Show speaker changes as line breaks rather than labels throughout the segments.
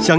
想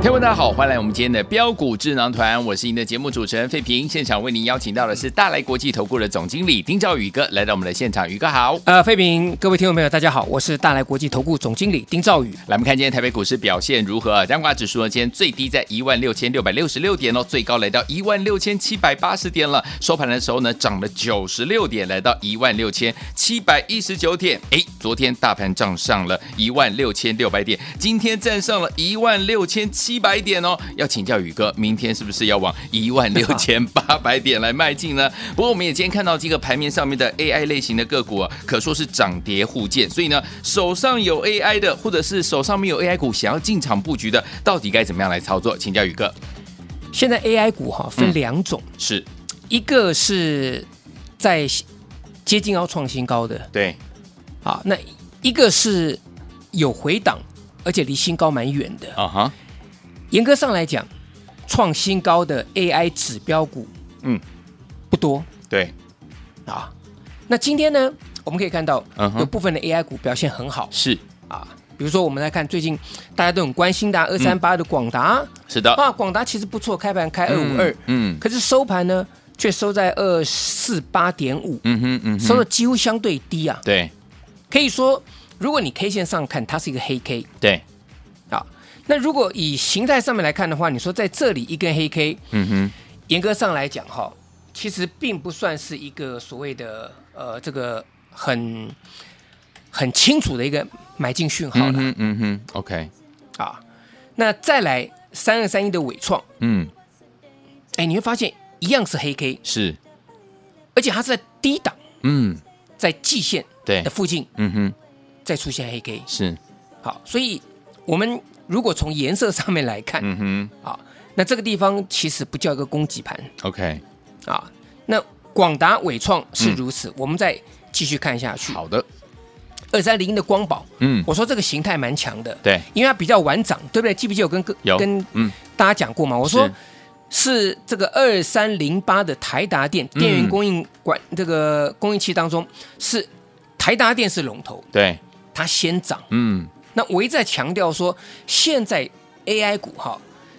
听众大家好，欢迎来我们今天的标股智囊团，我是您的节目主持人费平。现场为您邀请到的是大来国际投顾的总经理丁兆宇哥来到我们的现场，宇哥好。
呃，费平，各位听众朋友，大家好，我是大来国际投顾总经理丁兆宇。
来，我们看今天台北股市表现如何？加挂指数呢？今天最低在一万六千六百六十六点哦，最高来到一万六千七百八十点了。收盘的时候呢，涨了九十六点，来到一万六千七百一十九点。哎，昨天大盘涨上了一万六千六百点，今天站上了一万六千七百点哦。要请教宇哥，明天是不是要往一万六千八百点来迈进呢？不过我们也今天看到这个盘面上面的 AI 类型的个股啊，可说是涨跌互见。所以呢，手上有 AI 的，或者是手上没有 AI 股想要进场布局的，到底该怎么样来操作？请教宇哥。
现在 AI 股哈、分
嗯
两种，
是
一个是在接近要创新高的
对，
啊，那一个是有回档，而且离新高蛮远的。
啊哈，
严格上来讲，创新高的 AI 指标股
嗯，
不多
对，
啊。那今天呢，我们可以看到
嗯哼
有部分的 AI 股表现很好
是
啊，比如说我们来看最近大家都很关心的啊二三八的广达。
是的，
啊，广达其实不错，开盘开二五二，
嗯
可是收盘呢却收在二四八点五，
嗯哼嗯
收
哼，
的几乎相对低啊。
对
可以说，如果你 K 线上看，它是一个黑 K
对，
啊。那如果以形态上面来看的话，你说在这里一根黑 K，
嗯哼，
严格上来讲哈，其实并不算是一个所谓的呃这个很很清楚的一个买进讯号
嗯
了、
哼嗯哼，OK，
啊。那再来三二三一的尾创，
嗯，
哎，你会发现一样是黑 K，
是，
而且它是在低档。
嗯，
在季线
对
的，附近
嗯哼，
再出现黑 K。
是，
好，所以我们如果从颜色上面来看，
嗯
啊，那这个地方其实不叫一个攻击盘
哼，OK，
啊。那广达、伟创是如此，我们再继续看下去。
嗯好的，
二三零的光宝，
嗯，
我说这个形态蛮强的，
对，
因为它比较晚涨，对不对？记不记得我跟跟
有，
跟
嗯，
大家讲过嘛？我说
是
是这个二三零八的台达电电源
嗯
供应管、这个供应器当中是台达电是龙头，
对，
它先涨。
嗯，
那我一再强调说，现在 AI 股哈，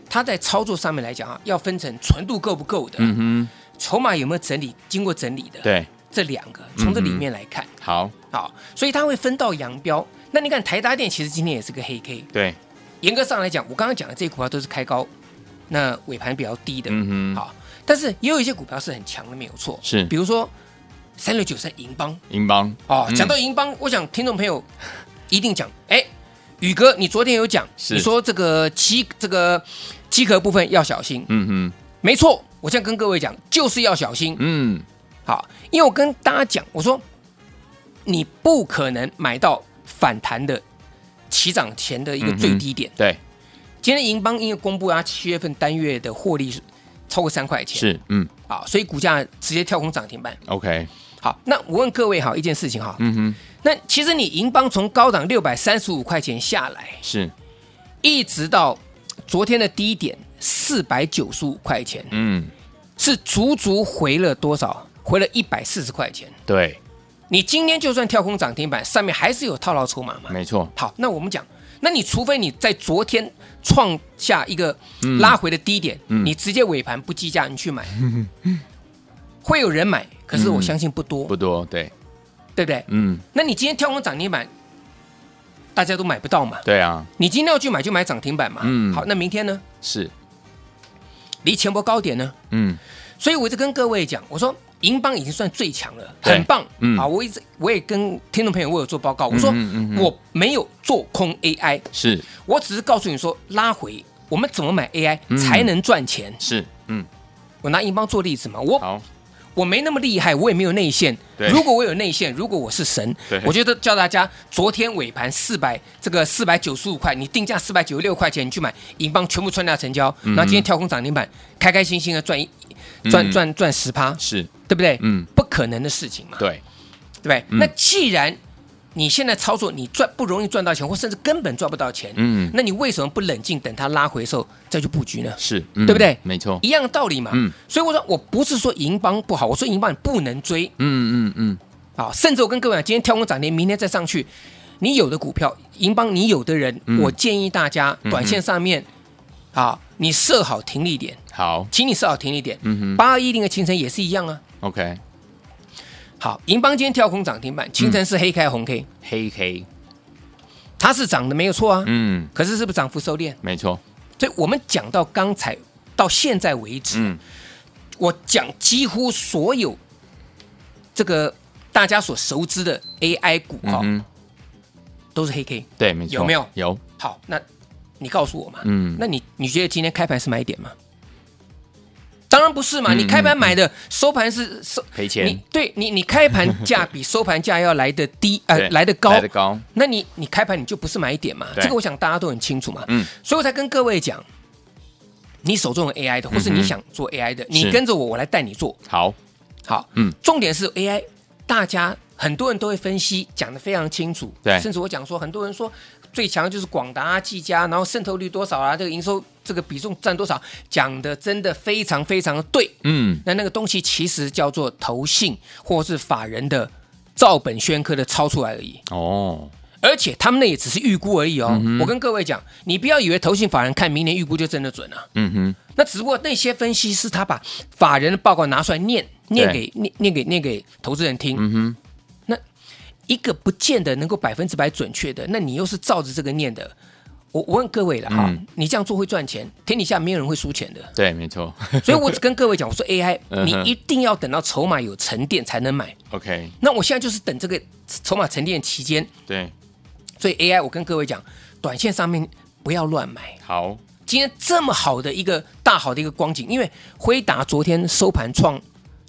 它在操作上面来讲啊，要分成纯度够不够的，
嗯
筹码有没有整理，经过整理的，
哼，，对，
这两个从这里面来看
好，
啊、所以它会分道扬镳。那你看台达电其实今天也是个黑 K，
对，
严格上来讲，我刚刚讲的这些股票都是开高，那尾盘比较低的，
嗯哼，
好、但是也有一些股票是很强的，没有错，
是
比如说三六九三银邦
英镑，
哦，
嗯
讲到银邦，我想听众朋友一定讲，哎，宇哥，你昨天有讲，
是
你说这个机这个机壳部分要小心，
嗯哼，
没错，我现在跟各位讲，就是要小心。
嗯，
好，因为我跟大家讲，我说你不可能买到反弹的起涨前的一个最低点。
对，
今天银邦因为公布它啊七月份单月的获利是超过三块钱，
是，嗯
啊，所以股价直接跳空涨停板。
，OK，
好，那我问各位好一件事情哈，
嗯哼，
那其实你银邦从高档六百三十五块钱下来，
是，
一直到昨天的低点四百九十五块钱，
嗯，
是足足回了多少？回了一百四十块钱。
对，
你今天就算跳空涨停板，上面还是有套牢筹码嘛？
没错，
好，那我们讲，那你除非你在昨天创下一个
嗯
拉回的低点，你直接尾盘不计价你去买， 会有人买，可是我相信不多，
嗯不多，对，
对不对？
嗯，
那你今天跳空涨停板，大家都买不到嘛？
对啊，
你今天要去买就买涨停板嘛。
嗯
好，那明天呢？
是，
离前波高点呢？
嗯，
所以我一直跟各位讲，我说银邦已经算最强了，
对
很棒。
嗯
好，我一直我也跟听众朋友我有做报告，我说
嗯嗯嗯嗯
我没有做空 AI，
是
我只是告诉你说拉回我们怎么买 AI
嗯
才能赚钱。
是，嗯，
我拿银邦做例子嘛，我
好，
我没那么厉害，我也没有内线。
对
如果我有内线，如果我是神
对，
我觉得叫大家昨天尾盘四百这个四百九十五块，你定价四百九十六块钱，你去买银邦全部穿价成交，然后今天跳空涨停板，开开心心的赚一
嗯
赚赚赚十趴，
是
对不对？
嗯，
不可能的事情嘛，
对，
对不对？
嗯
那既然你现在操作，你赚不容易赚到钱，或甚至根本赚不到钱，
嗯
那你为什么不冷静等它拉回的时候再去布局呢？
是，嗯
对不对
没错，
一样的道理嘛。
嗯
所以我说我不是说银邦不好，我说银邦你不能追
嗯嗯嗯，
啊，甚至我跟各位讲，今天跳空涨停，明天再上去，你有的股票，银邦你有的人，
嗯
我建议大家短线上面、啊，你设好停利点，
好
请你设好停利点。
嗯哼
八二一零的清晨也是一样啊。
，OK，
好，银邦今天跳空涨停
嗯
板，清晨是黑开红 K，、
黑黑，
它是涨的没有错啊，
嗯，
可是是不是涨幅收敛？
没错，
所以我们讲到刚才到现在为止，
嗯
我讲几乎所有这个大家所熟知的 AI 股
嗯
哈、
哼，
都是黑 K。
对，没错，
有没有
有，
好，那你告诉我嘛，
嗯
那你你觉得今天开盘是买点吗？当然不是嘛，
嗯
你开盘买的，收盘是收
赔钱
你对你，你开盘价比 收盘价要来的低，呃
对，
来的高
来，的高，
那你你开盘你就不是买点嘛？
对
这个我想大家都很清楚嘛。
嗯
所以我才跟各位讲，你手中有 AI 的，或是
嗯
你
哼
想做 AI 的，
是
你跟着我，我来带你做。
好，
好，
嗯，
重点是 AI，大家很多人都会分析，讲得非常清楚。
对
甚至我讲说，很多人说最强就是广达啊、技嘉，然后渗透率多少啊，这个营收这个比重占多少，讲的真的非常非常的对。
嗯，
那那个东西其实叫做投信或是法人的照本宣科的抄出来而已。
哦，
而且他们那也只是预估而已哦。
嗯
我跟各位讲，你不要以为投信法人看明年预估就真的准啊。
嗯哼，
那只不过那些分析师他把法人的报告拿出来念，念
对
给念念给念给投资人听。嗯哼，那一个不见得能够百分之百准确的，那你又是照着这个念的。我我问各位了哈、
嗯
你这样做会赚钱，天底下没有人会输钱的。
对，没错
所以我只跟各位讲，我说 AI，
嗯
你
哼
一定要等到筹码有沉淀才能买。
，OK，
那我现在就是等这个筹码沉淀期间，
对，
所以 AI，我跟各位讲，短线上面不要乱买。
好，
今天这么好的一个大好的一个光景，因为辉达昨天收盘创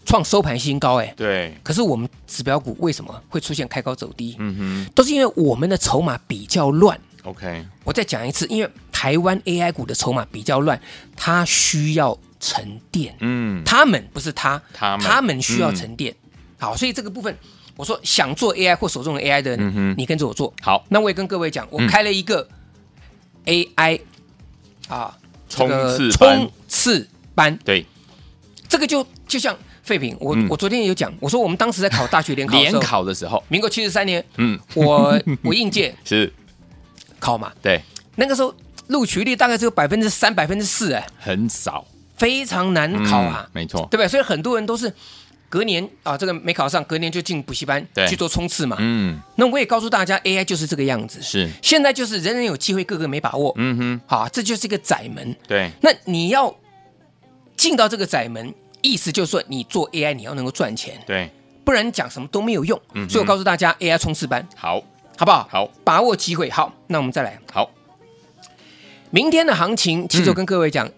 创收盘新高，哎，
对，
可是我们指标股为什么会出现开高走低？
嗯
都是因为我们的筹码比较乱。
哼，OK，
我再讲一次，因为台湾 AI 股的筹码比较乱，它需要沉淀。
嗯，
他们不是他，
他们嗯
需要沉淀。好，所以这个部分，我说想做 AI 或手中的 AI 的，
嗯哼
你跟着我做。
好
那我也跟各位讲，我
嗯
开了一个 AI 啊，这
冲
个
刺班
冲，刺班，
对，
这个就就像废品，我
嗯
我昨天也有讲，我说我们当时在考大学联考的
联
时候，
考的时候，
民国七十三年，
嗯，
我我应届
是，
考嘛，
对，
那个时候录取率大概只有百分之三、百分之四，哎，
很少，
非常难考啊。
嗯没错，
对不对？所以很多人都是隔年啊，这个没考上，隔年就进补习班
对
去做冲刺嘛。
嗯，
那我也告诉大家，AI 就是这个样子。
是，
现在就是人人有机会，个个没把握。
嗯哼，
好，这就是一个窄门。
对，
那你要进到这个窄门，意思就是说你做 AI 你要能够赚钱，
对，
不然你讲什么都没有用。
嗯哼
所以我告诉大家，AI 冲刺班
好，
好不好？
好，
把握机会。好，那我们再来
好，
明天的行情，其实我跟各位
嗯
讲，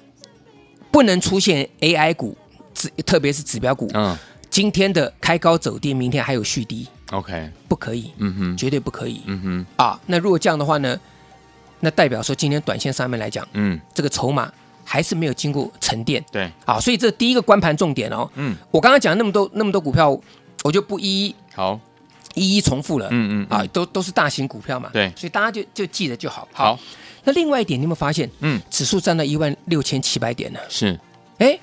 不能出现 AI 股。指特别是指标股，
嗯
今天的开高走低，明天还有续低，
，OK，
不可以，
嗯哼，
绝对不可以、
嗯哼，
啊！那如果这样的话呢，那代表说今天短线上面来讲，
嗯，
这个筹码还是没有经过沉淀
对，
啊，所以这第一个关盘重点哦。
嗯，
我刚刚讲那么多那么多股票，我就不一一
好，
一一重复了，
嗯嗯嗯
啊，都都是大型股票嘛，
对
所以大家就就记得就好。
好，
那另外一点，你有没有发现，
嗯，
指数站到一万六千七百点呢？
是，
哎。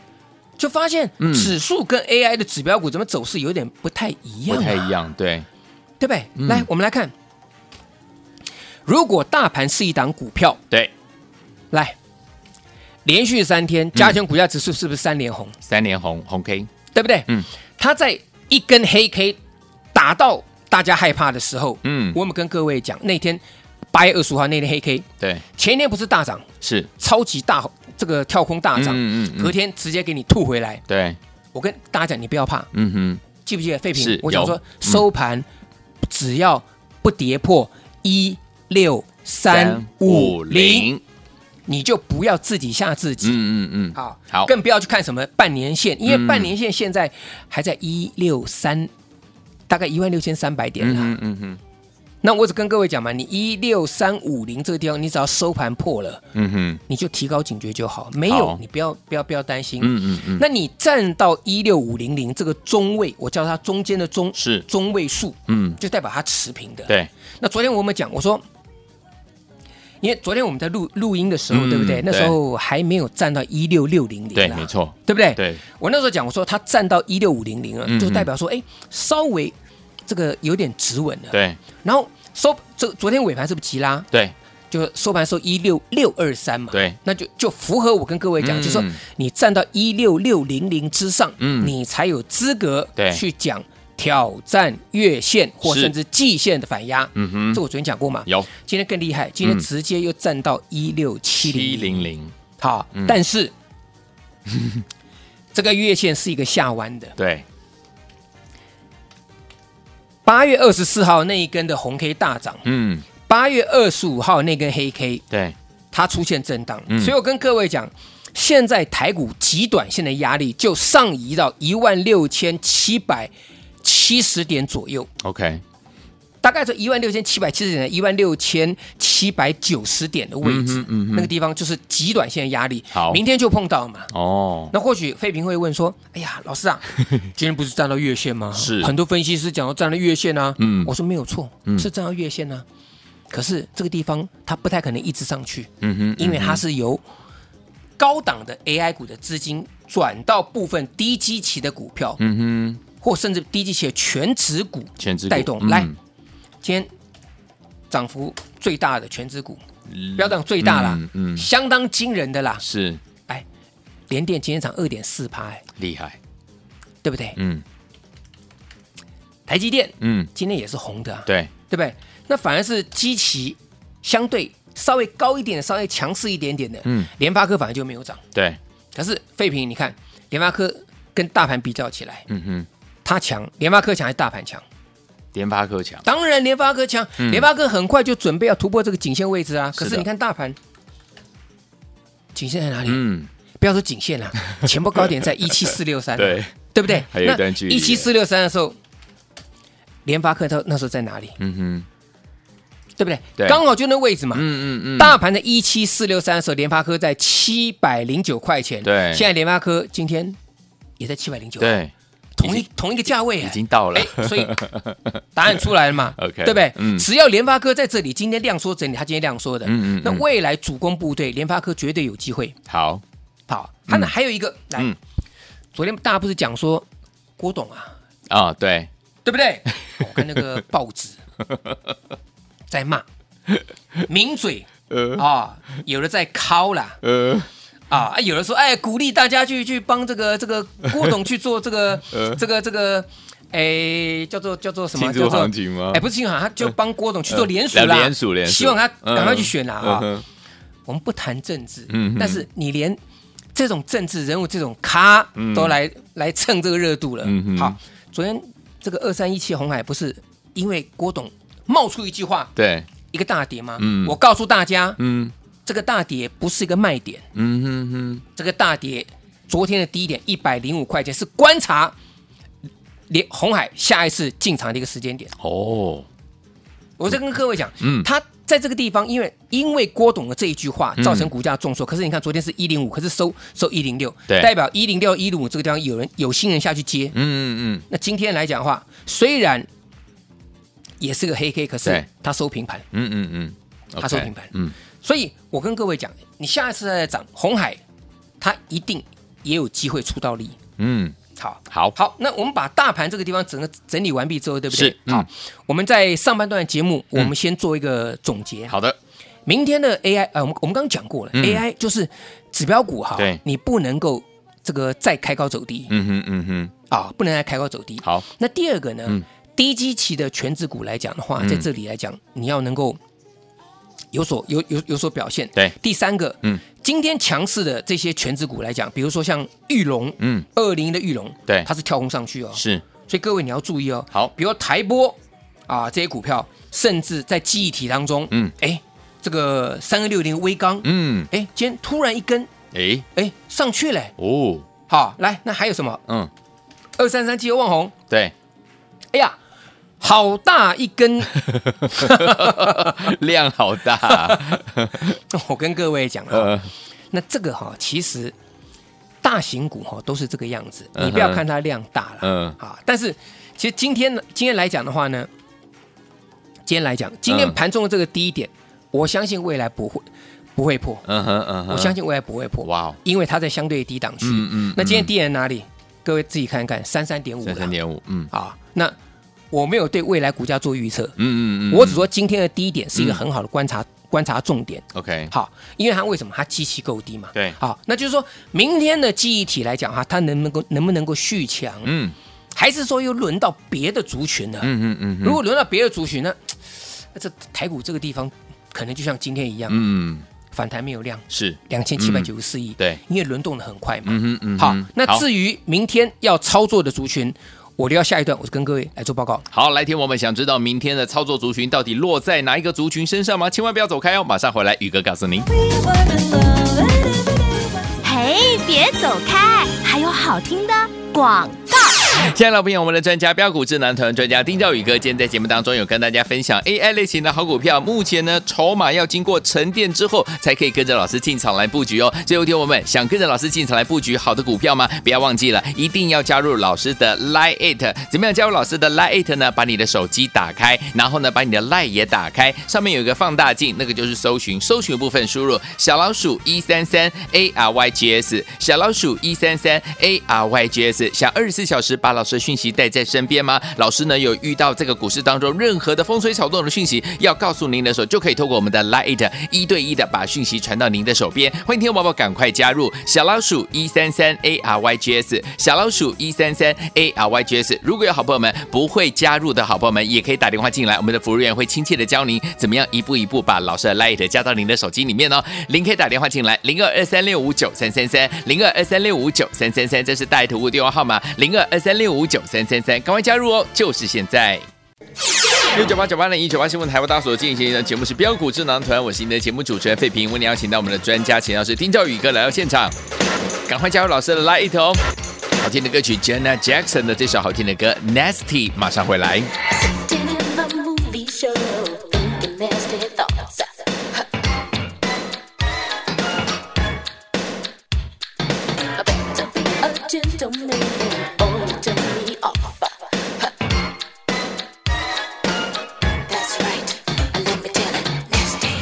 就发现
嗯
指数跟 AI 的指标股怎么走势有点不太一
不
样、啊，
太一样，对，
对不对？
嗯
来，我们来看，如果大盘是一档股票，
对，
来连续三天加权股价指数是不是三连红？
三连红，红 K，
对不对？
嗯，
它在一根黑 K 打到大家害怕的时候，
嗯
我们跟各位讲，那天八月二十五号那天黑 K，
对，
前一天不是大涨，
是，
超级大这个跳空大涨，
嗯嗯嗯
隔天直接给你吐回来。
对，
我跟大家讲，你不要怕，
嗯哼，
记不记得废品
是？
我想
有
说
嗯
收盘只要不跌破一六三五零，你就不要自己吓自己。
嗯嗯嗯，
好，
好，
更不要去看什么半年线，
嗯
因为半年线现在还在一六三，大概一万六千三百点啦。
嗯嗯嗯
那我只跟各位讲嘛，你一六三五零这个地方，你只要收盘破了，
嗯嗯
你就提高警觉就好。没
好
有，你不要不要不要担心。
嗯嗯嗯，
那你站到一六五零零这个中位，我叫它中间的中
是
中位数，
嗯
就代表它持平的。
对，
那昨天我们讲，我说，因为昨天我们在录录音的时候，
嗯
对不对？那
对
时候还没有站到一六六零零，
对，没，错，
对不对？
对，
我那时候讲，我说它站到一六五零零了
嗯，
就代表说，哎，稍微这个有点止稳了。
对
然后收这昨天尾盘是不是急拉？
对，
就收盘收一六六二三嘛，
对，
那就就符合我跟各位讲，
嗯
就说你站到一六六零零之上，
嗯
你才有资格
对
去讲挑战月线或
是
甚至季线的反压。
嗯哼
这我昨天讲过嘛，
有
今天更厉害，今天
嗯
直接又站到一六七
七
零零，
零零，
好，
嗯
但是 这个月线是一个下弯的，
对，
八月二十四号那一根的红 K 大涨，
嗯
八月二十五号那根黑 K
对，
它出现震荡，
嗯
所以我跟各位讲，现在台股极短线的压力就上移到一万六千七百七十点左右，
OK，
大概在一万六千七百七十点、一万六千七百九十点的位置，
嗯哼嗯哼
那个地方就是极短线的压力。
好
明天就碰到嘛。
哦，
那或许费平会问说：“哎呀，老师啊，今天不是站到月线吗？
是
很多分析师讲到站到月线啊。”
嗯
我说没有错，
嗯
是站到月线啊。可是这个地方它不太可能一直上去，
嗯哼，
因为它
是
是由高档的 AI 股的资金转到部分低基期的股票，
嗯
或甚至低基期的全指股。
哼，全职
带动来今天涨幅最大的全指股，标涨最大啦，
嗯，
相当惊人的啦。
是
联电今天涨二点四趴，哎
厉害，
对不对？
嗯
台积电
嗯，
今天也是红的、啊，
对，
对不对？那反而是基期相对稍微高一点、稍微强势一点点的，
嗯
联发科反而就没有涨。
对，
可是废品，你看联发科跟大盘比较起来，
嗯哼，
它强，联发科强还是大盘强？
联发科强，
当然联发科强，
嗯
联发科很快就准备要突破这个颈线位置啊。
是的
可是你看大盘，颈线在哪里？
嗯，
不要说颈线了、前波高 点在一七四六三，
对，
对不对？
还有一段距离
一七四六三的时候，联发科它那时候在哪里？
嗯哼，
对不对？
对
刚好就那位置嘛。
嗯嗯嗯，
大盘的一七四六三的时候，联发科在七百零九块钱。
对
现在联发科今天也在七百零九，，
对，
同
已
一
经
同一个价位啊
已。经到了，
哎，所以答案出来了嘛
OK，
对不对？
嗯
只要联发科在这里今天量缩整理，他今天量缩的，
嗯嗯嗯
那未来主攻部队联发科绝对有机会。
好，
好，他呢还有一个来
嗯，
昨天大家不是讲说郭董啊，
啊，对，
对 不对？我看那个报纸 在骂，抿嘴
呃
啊，有的在敲啦。
呃，
啊，啊有人说，哎，鼓励大家去去帮这个这个郭董去做 这个、这个这个，哎，叫做叫做什么？
呃庆祝
叫做
行情吗呃
哎，不是庆祝行情，他就帮郭董去做联署啦，
联署联署，
希望他
嗯
赶快去选啦啊！
嗯哼
我们不谈政治，
嗯哼
但是你连这种政治人物这种咖都来、来蹭这个热度了，
嗯哼
好，昨天这个二三一七红海不是因为郭董冒出一句话
对，
一个大跌吗？
嗯
我告诉大家，
嗯
这个大跌不是一个卖点。
嗯哼哼，
这个大跌，昨天的低点一百零五块钱是观察连红海下一次进场的一个时间点。
哦，
我再跟各位讲，
嗯
他在这个地方，因为因为郭董的这一句话
嗯
造成股价重挫，可是你看昨天是一零五，可是收收一零六，
对
代表一零六一零五这个地方有人有新人下去接。
嗯嗯
那今天来讲的话，虽然也是个黑 K，可是
对
它收平盘，
嗯嗯嗯嗯，
它收平盘
嗯，
所以我跟各位讲，你下一次再涨红海，它一定也有机会出到力。
嗯，
好，
好，
好，那我们把大盘这个地方整个整理完毕之后，对不对？
是嗯
好，我们在上半段节目，我们先做一个总结。，
好的，
明天的 AI，呃，我们我们刚刚讲过了、
嗯
a i 就是指标股哈，
对
你不能够这个再开高走低
嗯哼嗯哼，
啊、不能再开高走低。
好，
那第二个呢，
嗯
低基期的全指股来讲的话，
嗯
在这里来讲，你要能够有所有有有所表现。
对
第三个，
嗯，
今天强势的这些全指股来讲，比如说像玉龙，
嗯，
二零的玉龙，
对
它是跳空上去哦，
是
所以各位你要注意哦。
好
比如台波啊这些股票，甚至在记忆体当中，
嗯
哎，这个三二六零微钢，
嗯，
哎，今天突然一根，
哎，
哎，上去了。
哦，
好，来，那还有什么？
嗯，
二三三七的万红，
对，
哎呀，好大一根！
量好大，
我跟各位讲啊，
呃，
那这个哈、其实大型股哈、都是这个样子，
嗯哼
你不要看它量大了，
嗯
啊，但是其实今天呢，今天来讲的话呢，今天来讲，今天
嗯
盘中的这个低点，我相信未来不会不会破，
嗯哼，嗯哼，
我相信未啊来不会破，
哇哦，
因为它在相对低档区。
嗯嗯
那今天低点哪里？各位自己看看，三三点五
三三点五，嗯
啊。那我没有对未来股价做预测，
嗯嗯嗯，
我只说今天的低点是一个
嗯
很好的观察、观察重点。
OK，
好，因为它为什么它基期够低嘛？
对
好，那就是说明天的记忆体来讲哈，它能不能够能不能够续强，
嗯
还是说又轮到别的族群呢？
嗯嗯嗯，
如果轮到别的族群，那嘖那这台股这个地方可能就像今天一样，
嗯
反弹没有量，
是，
两千七百九十四亿，
对，
因为轮动的很快嘛。
嗯哼嗯
好
哼，，
那至于明天要操作的族群，我留到下一段，我就跟各位来做报告。
好，来听我们想知道明天的操作族群到底落在哪一个族群身上吗？千万不要走开哦，马上回来，宇哥告诉您。
嘿，别走开，还有好听的广。
亲爱的朋友我们的专家标股智囊团专家丁兆宇哥，今天在节目当中有跟大家分享 AI 类型的好股票，目前呢筹码要经过沉淀之后，才可以跟着老师进场来布局哦。最后听我们想跟着老师进场来布局好的股票吗？不要忘记了，一定要加入老师的 Line It。怎么样加入老师的 Line It 呢？把你的手机打开，然后呢把你的 Line 也打开，上面有一个放大镜，那个就是搜寻，搜寻部分输入小老鼠一三三 A R Y G S，小老鼠一三三 A R Y G S，想二十四小时把老师的讯息带在身边吗？老师呢有遇到这个股市当中任何的风吹草动的讯息要告诉您的时候，就可以透过我们的 Lite 一对一的把讯息传到您的手边。欢迎听众宝宝赶快加入小老鼠一三三 A R Y G S，小老鼠一三三 A R Y G S。如果有好朋友们不会加入的好朋友们，也可以打电话进来，我们的服务员会亲切的教您怎么样一步一步把老师的 Lite 加到您的手机里面哦。您可以打电话进来，零二二三六五九三三三，零二二三六五九三三三，这是大爱图物电话号码，零二二三六五九三三三，赶快加入哦，就是现在。六九八九八零一九八新闻台，为大家所进行的节目是标股智囊团，我是您的节目主持人费平，为您邀请到我们的专家钱老师丁兆宇哥来到现场，赶快加入老师的 Lite 哦。好听的歌曲 Jenna Jackson 的这首好听的歌 Nasty，马上回来。
Sitting in the movie show, thinking nasty thoughts. I better be a gentleman, or you turn me off. That's right, let me tell it, nasty,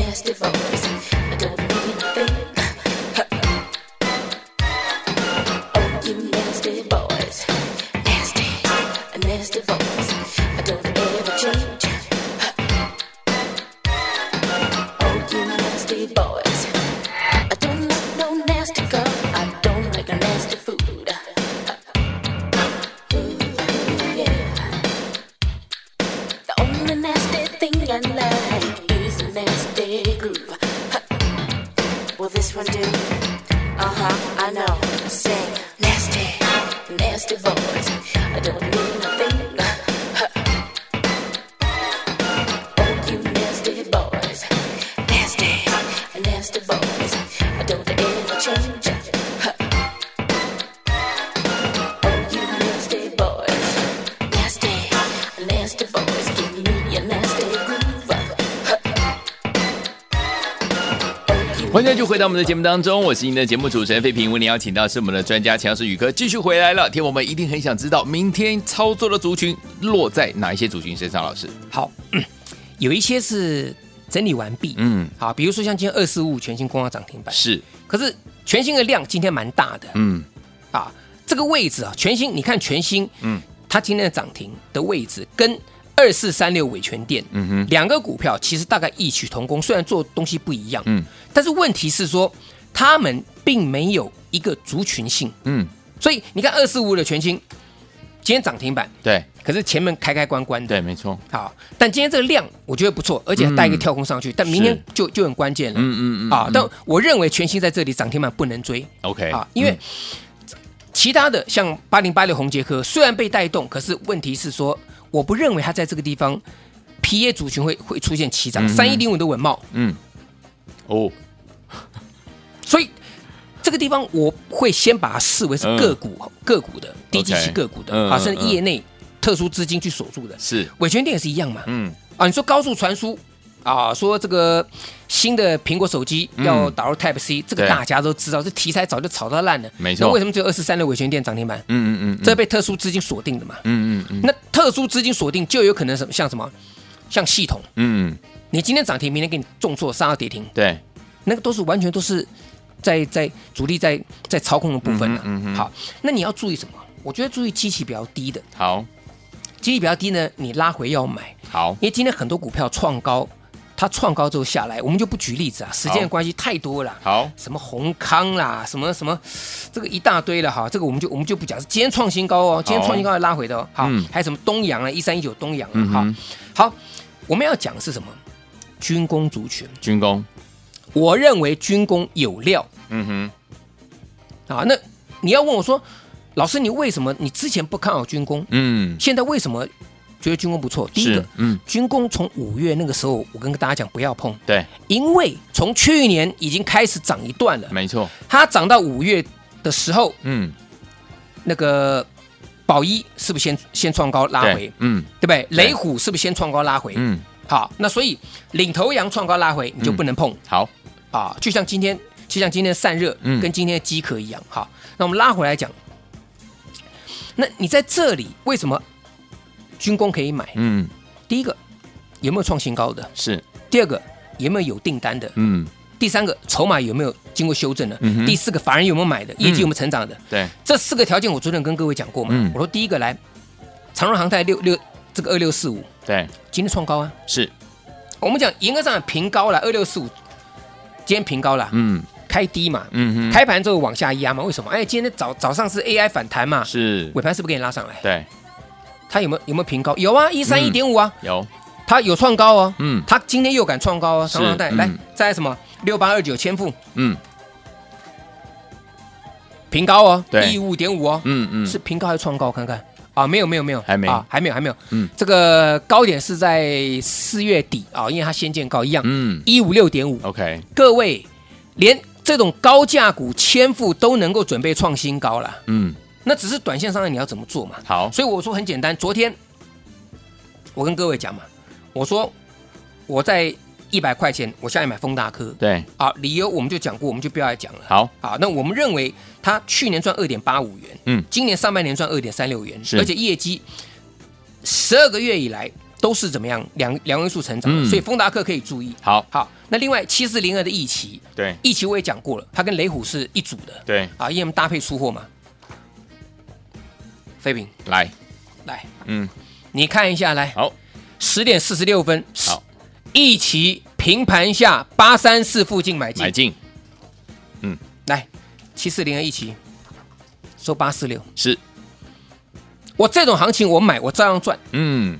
nasty voice. I don't mean a thing. Oh, you nasty boys, nasty, nasty boys. I don't ever change. Oh, you nasty boys. I don't like no nasty girl. I don't like a nasty food. Ooh, yeah. The only nasty thing I like is a nasty groove. Will this one do? Uh huh, I know. Sing nasty, nasty voice. I don't mean a thing. Oh, you nasty boys. Nasty, nasty boys. I don't ever change. Oh, you nasty boys. Nasty, nasty boys. Give me a nasty groove. Oh,
欢迎继续回到我们的节目当中，我是您的节目主持人费平，为您邀请到是我们的专家强势宇哥继续回来了。天，我们一定很想知道明天操作的族群落在哪一些族群身上，老师？
好， 有一些是整理完毕，
嗯，
好，比如说像今天二四五全新工号涨停板，
是，
可是全新的量今天蛮大的
嗯，
啊，这个位置啊，全新你看全新，
嗯
嗯，它今天的涨停的位置跟二四三六伟全店，
嗯哼，
两个股票其实大概异曲同工，虽然做东西不一样，
嗯
嗯，但是问题是说他们并没有一个族群性，
嗯，
所以你看二四五的全新今天涨停板，
对，
可是前面开开关关的，
对，没错，
好，但今天这个量我觉得不错，而且带一个跳空上去，但明天
是
就就很关键了。
嗯嗯嗯
啊，
嗯
但我认为全新在这里涨停板不能追
，OK，
啊，因为
嗯
其他的像八零八六红杰科虽然被带动，可是问题是说，我不认为它在这个地方皮业族群会会出现齐涨，三一零五的稳茂，
嗯，哦，
所以这个地方我会先把它视为是
嗯
个股、个股的低基期
OK，
个股的
嗯，
啊，
嗯
甚至业内特殊资金去锁住的。
是，
伟权店也是一样嘛，
嗯，
啊，你说高速传输啊，说这个新的苹果手机要
嗯
导入 Type C，、这个
对
大家都知道，这题材早就炒到烂了。
没错
那为什么只有二十三的伟权店涨停板？
嗯嗯嗯，
这被特殊资金锁定的嘛？
嗯，嗯嗯嗯
那特殊资金锁定就有可能什么像什么像系统，
嗯，
你今天涨停，明天给你重挫杀到跌停，
对，
那个都是完全都是在在主力在在操控的部分了、啊
嗯哼嗯哼
好，那你要注意什么？我觉得注意基期比较低的，
好，
基期比较低呢，你拉回要买，
好，
因为今天很多股票创高，它创高之后下来，我们就不举例子啊，时间的关系太多了。啊
好，
什么宏康啦，什么什么，这个一大堆了哈，这个我们就我们就不讲。今天创新高哦，今天创新高要拉回的哦。好，
嗯
还有什么东阳啊，一三一九东阳啊，
嗯
好
哼，
好，我们要讲的是什么？军工族群，
军工，
我认为军工有料
嗯哼，
啊。那你要问我说，老师，你为什么你之前不看好军工，
嗯，
现在为什么觉得军工不错？第一
是
个，，
嗯，
军工从五月那个时候，我跟大家讲不要碰，
对，
因为从去年已经开始涨一段了，
没错，
它涨到五月的时候，
嗯，
那个宝一是不是先先创高拉回
对，，嗯
对不对？雷虎是不是先创高拉回？
嗯，
好，那所以领头羊创高拉回，你就不能碰、
好，
啊，就像今天，就像今天的散热、
嗯
跟今天的机壳一样。好，那我们拉回来讲，那你在这里为什么军工可以买？
嗯，
第一个有没有创新高的？
是，
第二个有没有有订单的？
嗯，
第三个筹码有没有经过修正的？
嗯哼嗯
第四个法人有没有买的？业绩有没有成长的？
对，
这四个条件我昨天跟各位讲过嘛。
嗯
我说第一个来，长荣航太六六这个二六四五
对，
今天创高啊，
是，
我们讲严格上平高了，二六四五今天平高了，
嗯
开低嘛，
嗯哼，
开盘之后往下压嘛，为什么？哎，今天早早上是 AI 反弹嘛，
是，
尾盘是不是给你拉上来？
对，
它有没有有没有平高？有啊，一三一点五啊，
有，
它有创高哦。
嗯
它今天又敢创高哦，
是
长荣航太来
嗯
再来什么六八二九千富
嗯
平高哦，
对
一五点五哦，
嗯嗯，
是平高还是创高？我看看啊，没有没有没有，
还没
啊，还没有还没有。
嗯
嗯，这个高点是在四月底啊，因为它先见高一样，
嗯
一五六点五。
，OK，
各位，连这种高价股千富都能够准备创新高了，
嗯，
那只是短线上面你要怎么做嘛？
好，
所以我说很简单，昨天我跟各位讲嘛，我说我在一百块钱，我下来买丰大科
对，
啊，理由我们就讲过，我们就不要再讲了。
好，
啊，那我们认为它去年赚二点八五元，
嗯
今年上半年赚二点三六元，
是
而且业绩十二个月以来都是怎么样两两位数成长，
嗯
所以丰达克可以注意。
好，
好，那另外七四零二的易奇，
对，
易奇我也讲过了，它跟雷虎是一组的
对，
啊，因为我们搭配出货嘛。飞饼
来，
来，
嗯，
你看一下，来
好，
十点四十六分，
好，
易奇平盘下八三四附近买进
买，进
来七四零二一起收八四六，
是，
我这种行情我买我照样赚。
嗯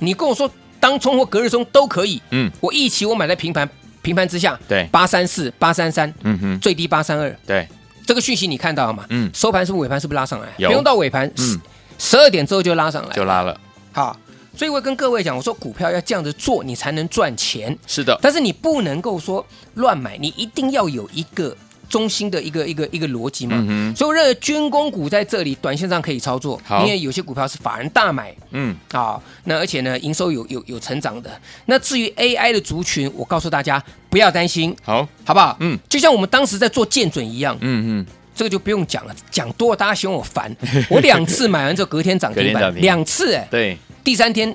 你跟我说当冲或隔日冲都可以，
嗯，
我一起我买在平盘平盘之下，
对
八三四八三三，
嗯哼，
最低八三二，
对，
这个讯息你看到了吗？
嗯
收盘是不是尾盘是不是拉上来？
有
不用到尾盘，
嗯
嗯，十二点之后就拉上来，
就拉了，
好。所以我跟各位讲，我说股票要这样子做，你才能赚钱。
是的，
但是你不能够说乱买，你一定要有一个中心的一个一个一个逻辑嘛。
嗯哼
所以我认为军工股在这里短线上可以操作，
好
因为有些股票是法人大买
嗯，
啊，那而且呢营收有有有成长的。那至于 AI 的族群，我告诉大家不要担心，
好，
好不好？
嗯，
就像我们当时在做建准一样，
嗯嗯，
这个就不用讲了，讲多了大家嫌我烦。我两次买完之后隔天 涨
隔
停
天涨
板，
停
两次哎，
对，
第三天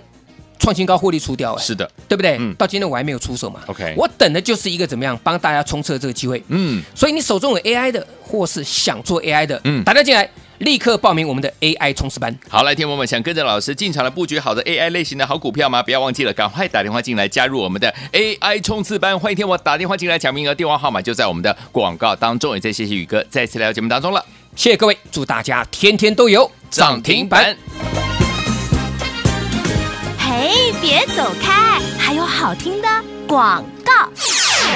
创新高获利出掉哎，
是的，
对不对？
嗯
到今天我还没有出手嘛
OK
我等的就是一个怎么样帮大家冲刺的这个机会。
嗯，
所以你手中有 AI 的，或是想做 AI 的，
嗯
嗯，打电话进来，立刻报名我们的 AI 冲刺班。
好，来，天友们想跟着老师进场来布局好的 AI 类型的好股票吗？不要忘记了，赶快打电话进来加入我们的 AI 冲刺班。欢迎天我打电话进来抢名额，电话号码就在我们的广告当中。也再谢谢宇哥再次来到节目当中了，
谢谢各位，祝大家天天都有涨停板。。
嘿，别走开，还有好听的广告。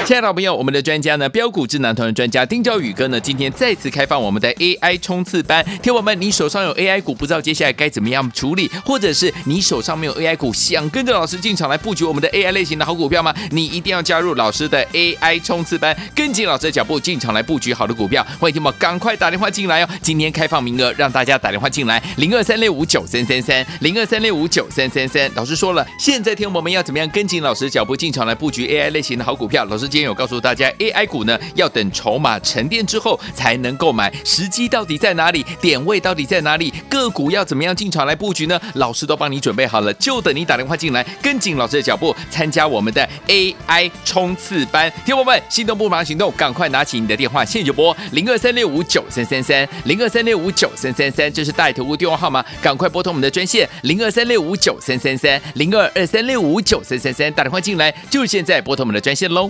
亲爱的朋友，我们的专家呢，标股智囊团的专家丁兆宇哥呢，今天再次开放我们的 AI 冲刺班。听友们，你手上有 AI 股，不知道接下来该怎么样处理，或者是你手上没有 AI 股，想跟着老师进场来布局我们的 AI 类型的好股票吗？你一定要加入老师的 AI 冲刺班，跟紧老师的脚步进场来布局好的股票。欢迎听友们赶快打电话进来哦，今天开放名额，让大家打电话进来，零二三六五九三三三，零二三六五九三三三。老师说了，现在听我们要怎么样跟紧老师的脚步进场来布局 AI 类型的好股票？老师今天有告诉大家，AI 股呢要等筹码沉淀之后才能购买，时机到底在哪里？点位到底在哪里？个股要怎么样进场来布局呢？老师都帮你准备好了，就等你打电话进来，跟紧老师的脚步，参加我们的 AI 冲刺班。听众朋友们，心动不马上行动，赶快拿起你的电话，现在就拨零二三六五九三三三零二三六五九三三三，这是带头屋电话号码，赶快拨通我们的专线零二三六五九三三三零二二三六五九三三三，打电话进来就是现在拨通我们的专线喽。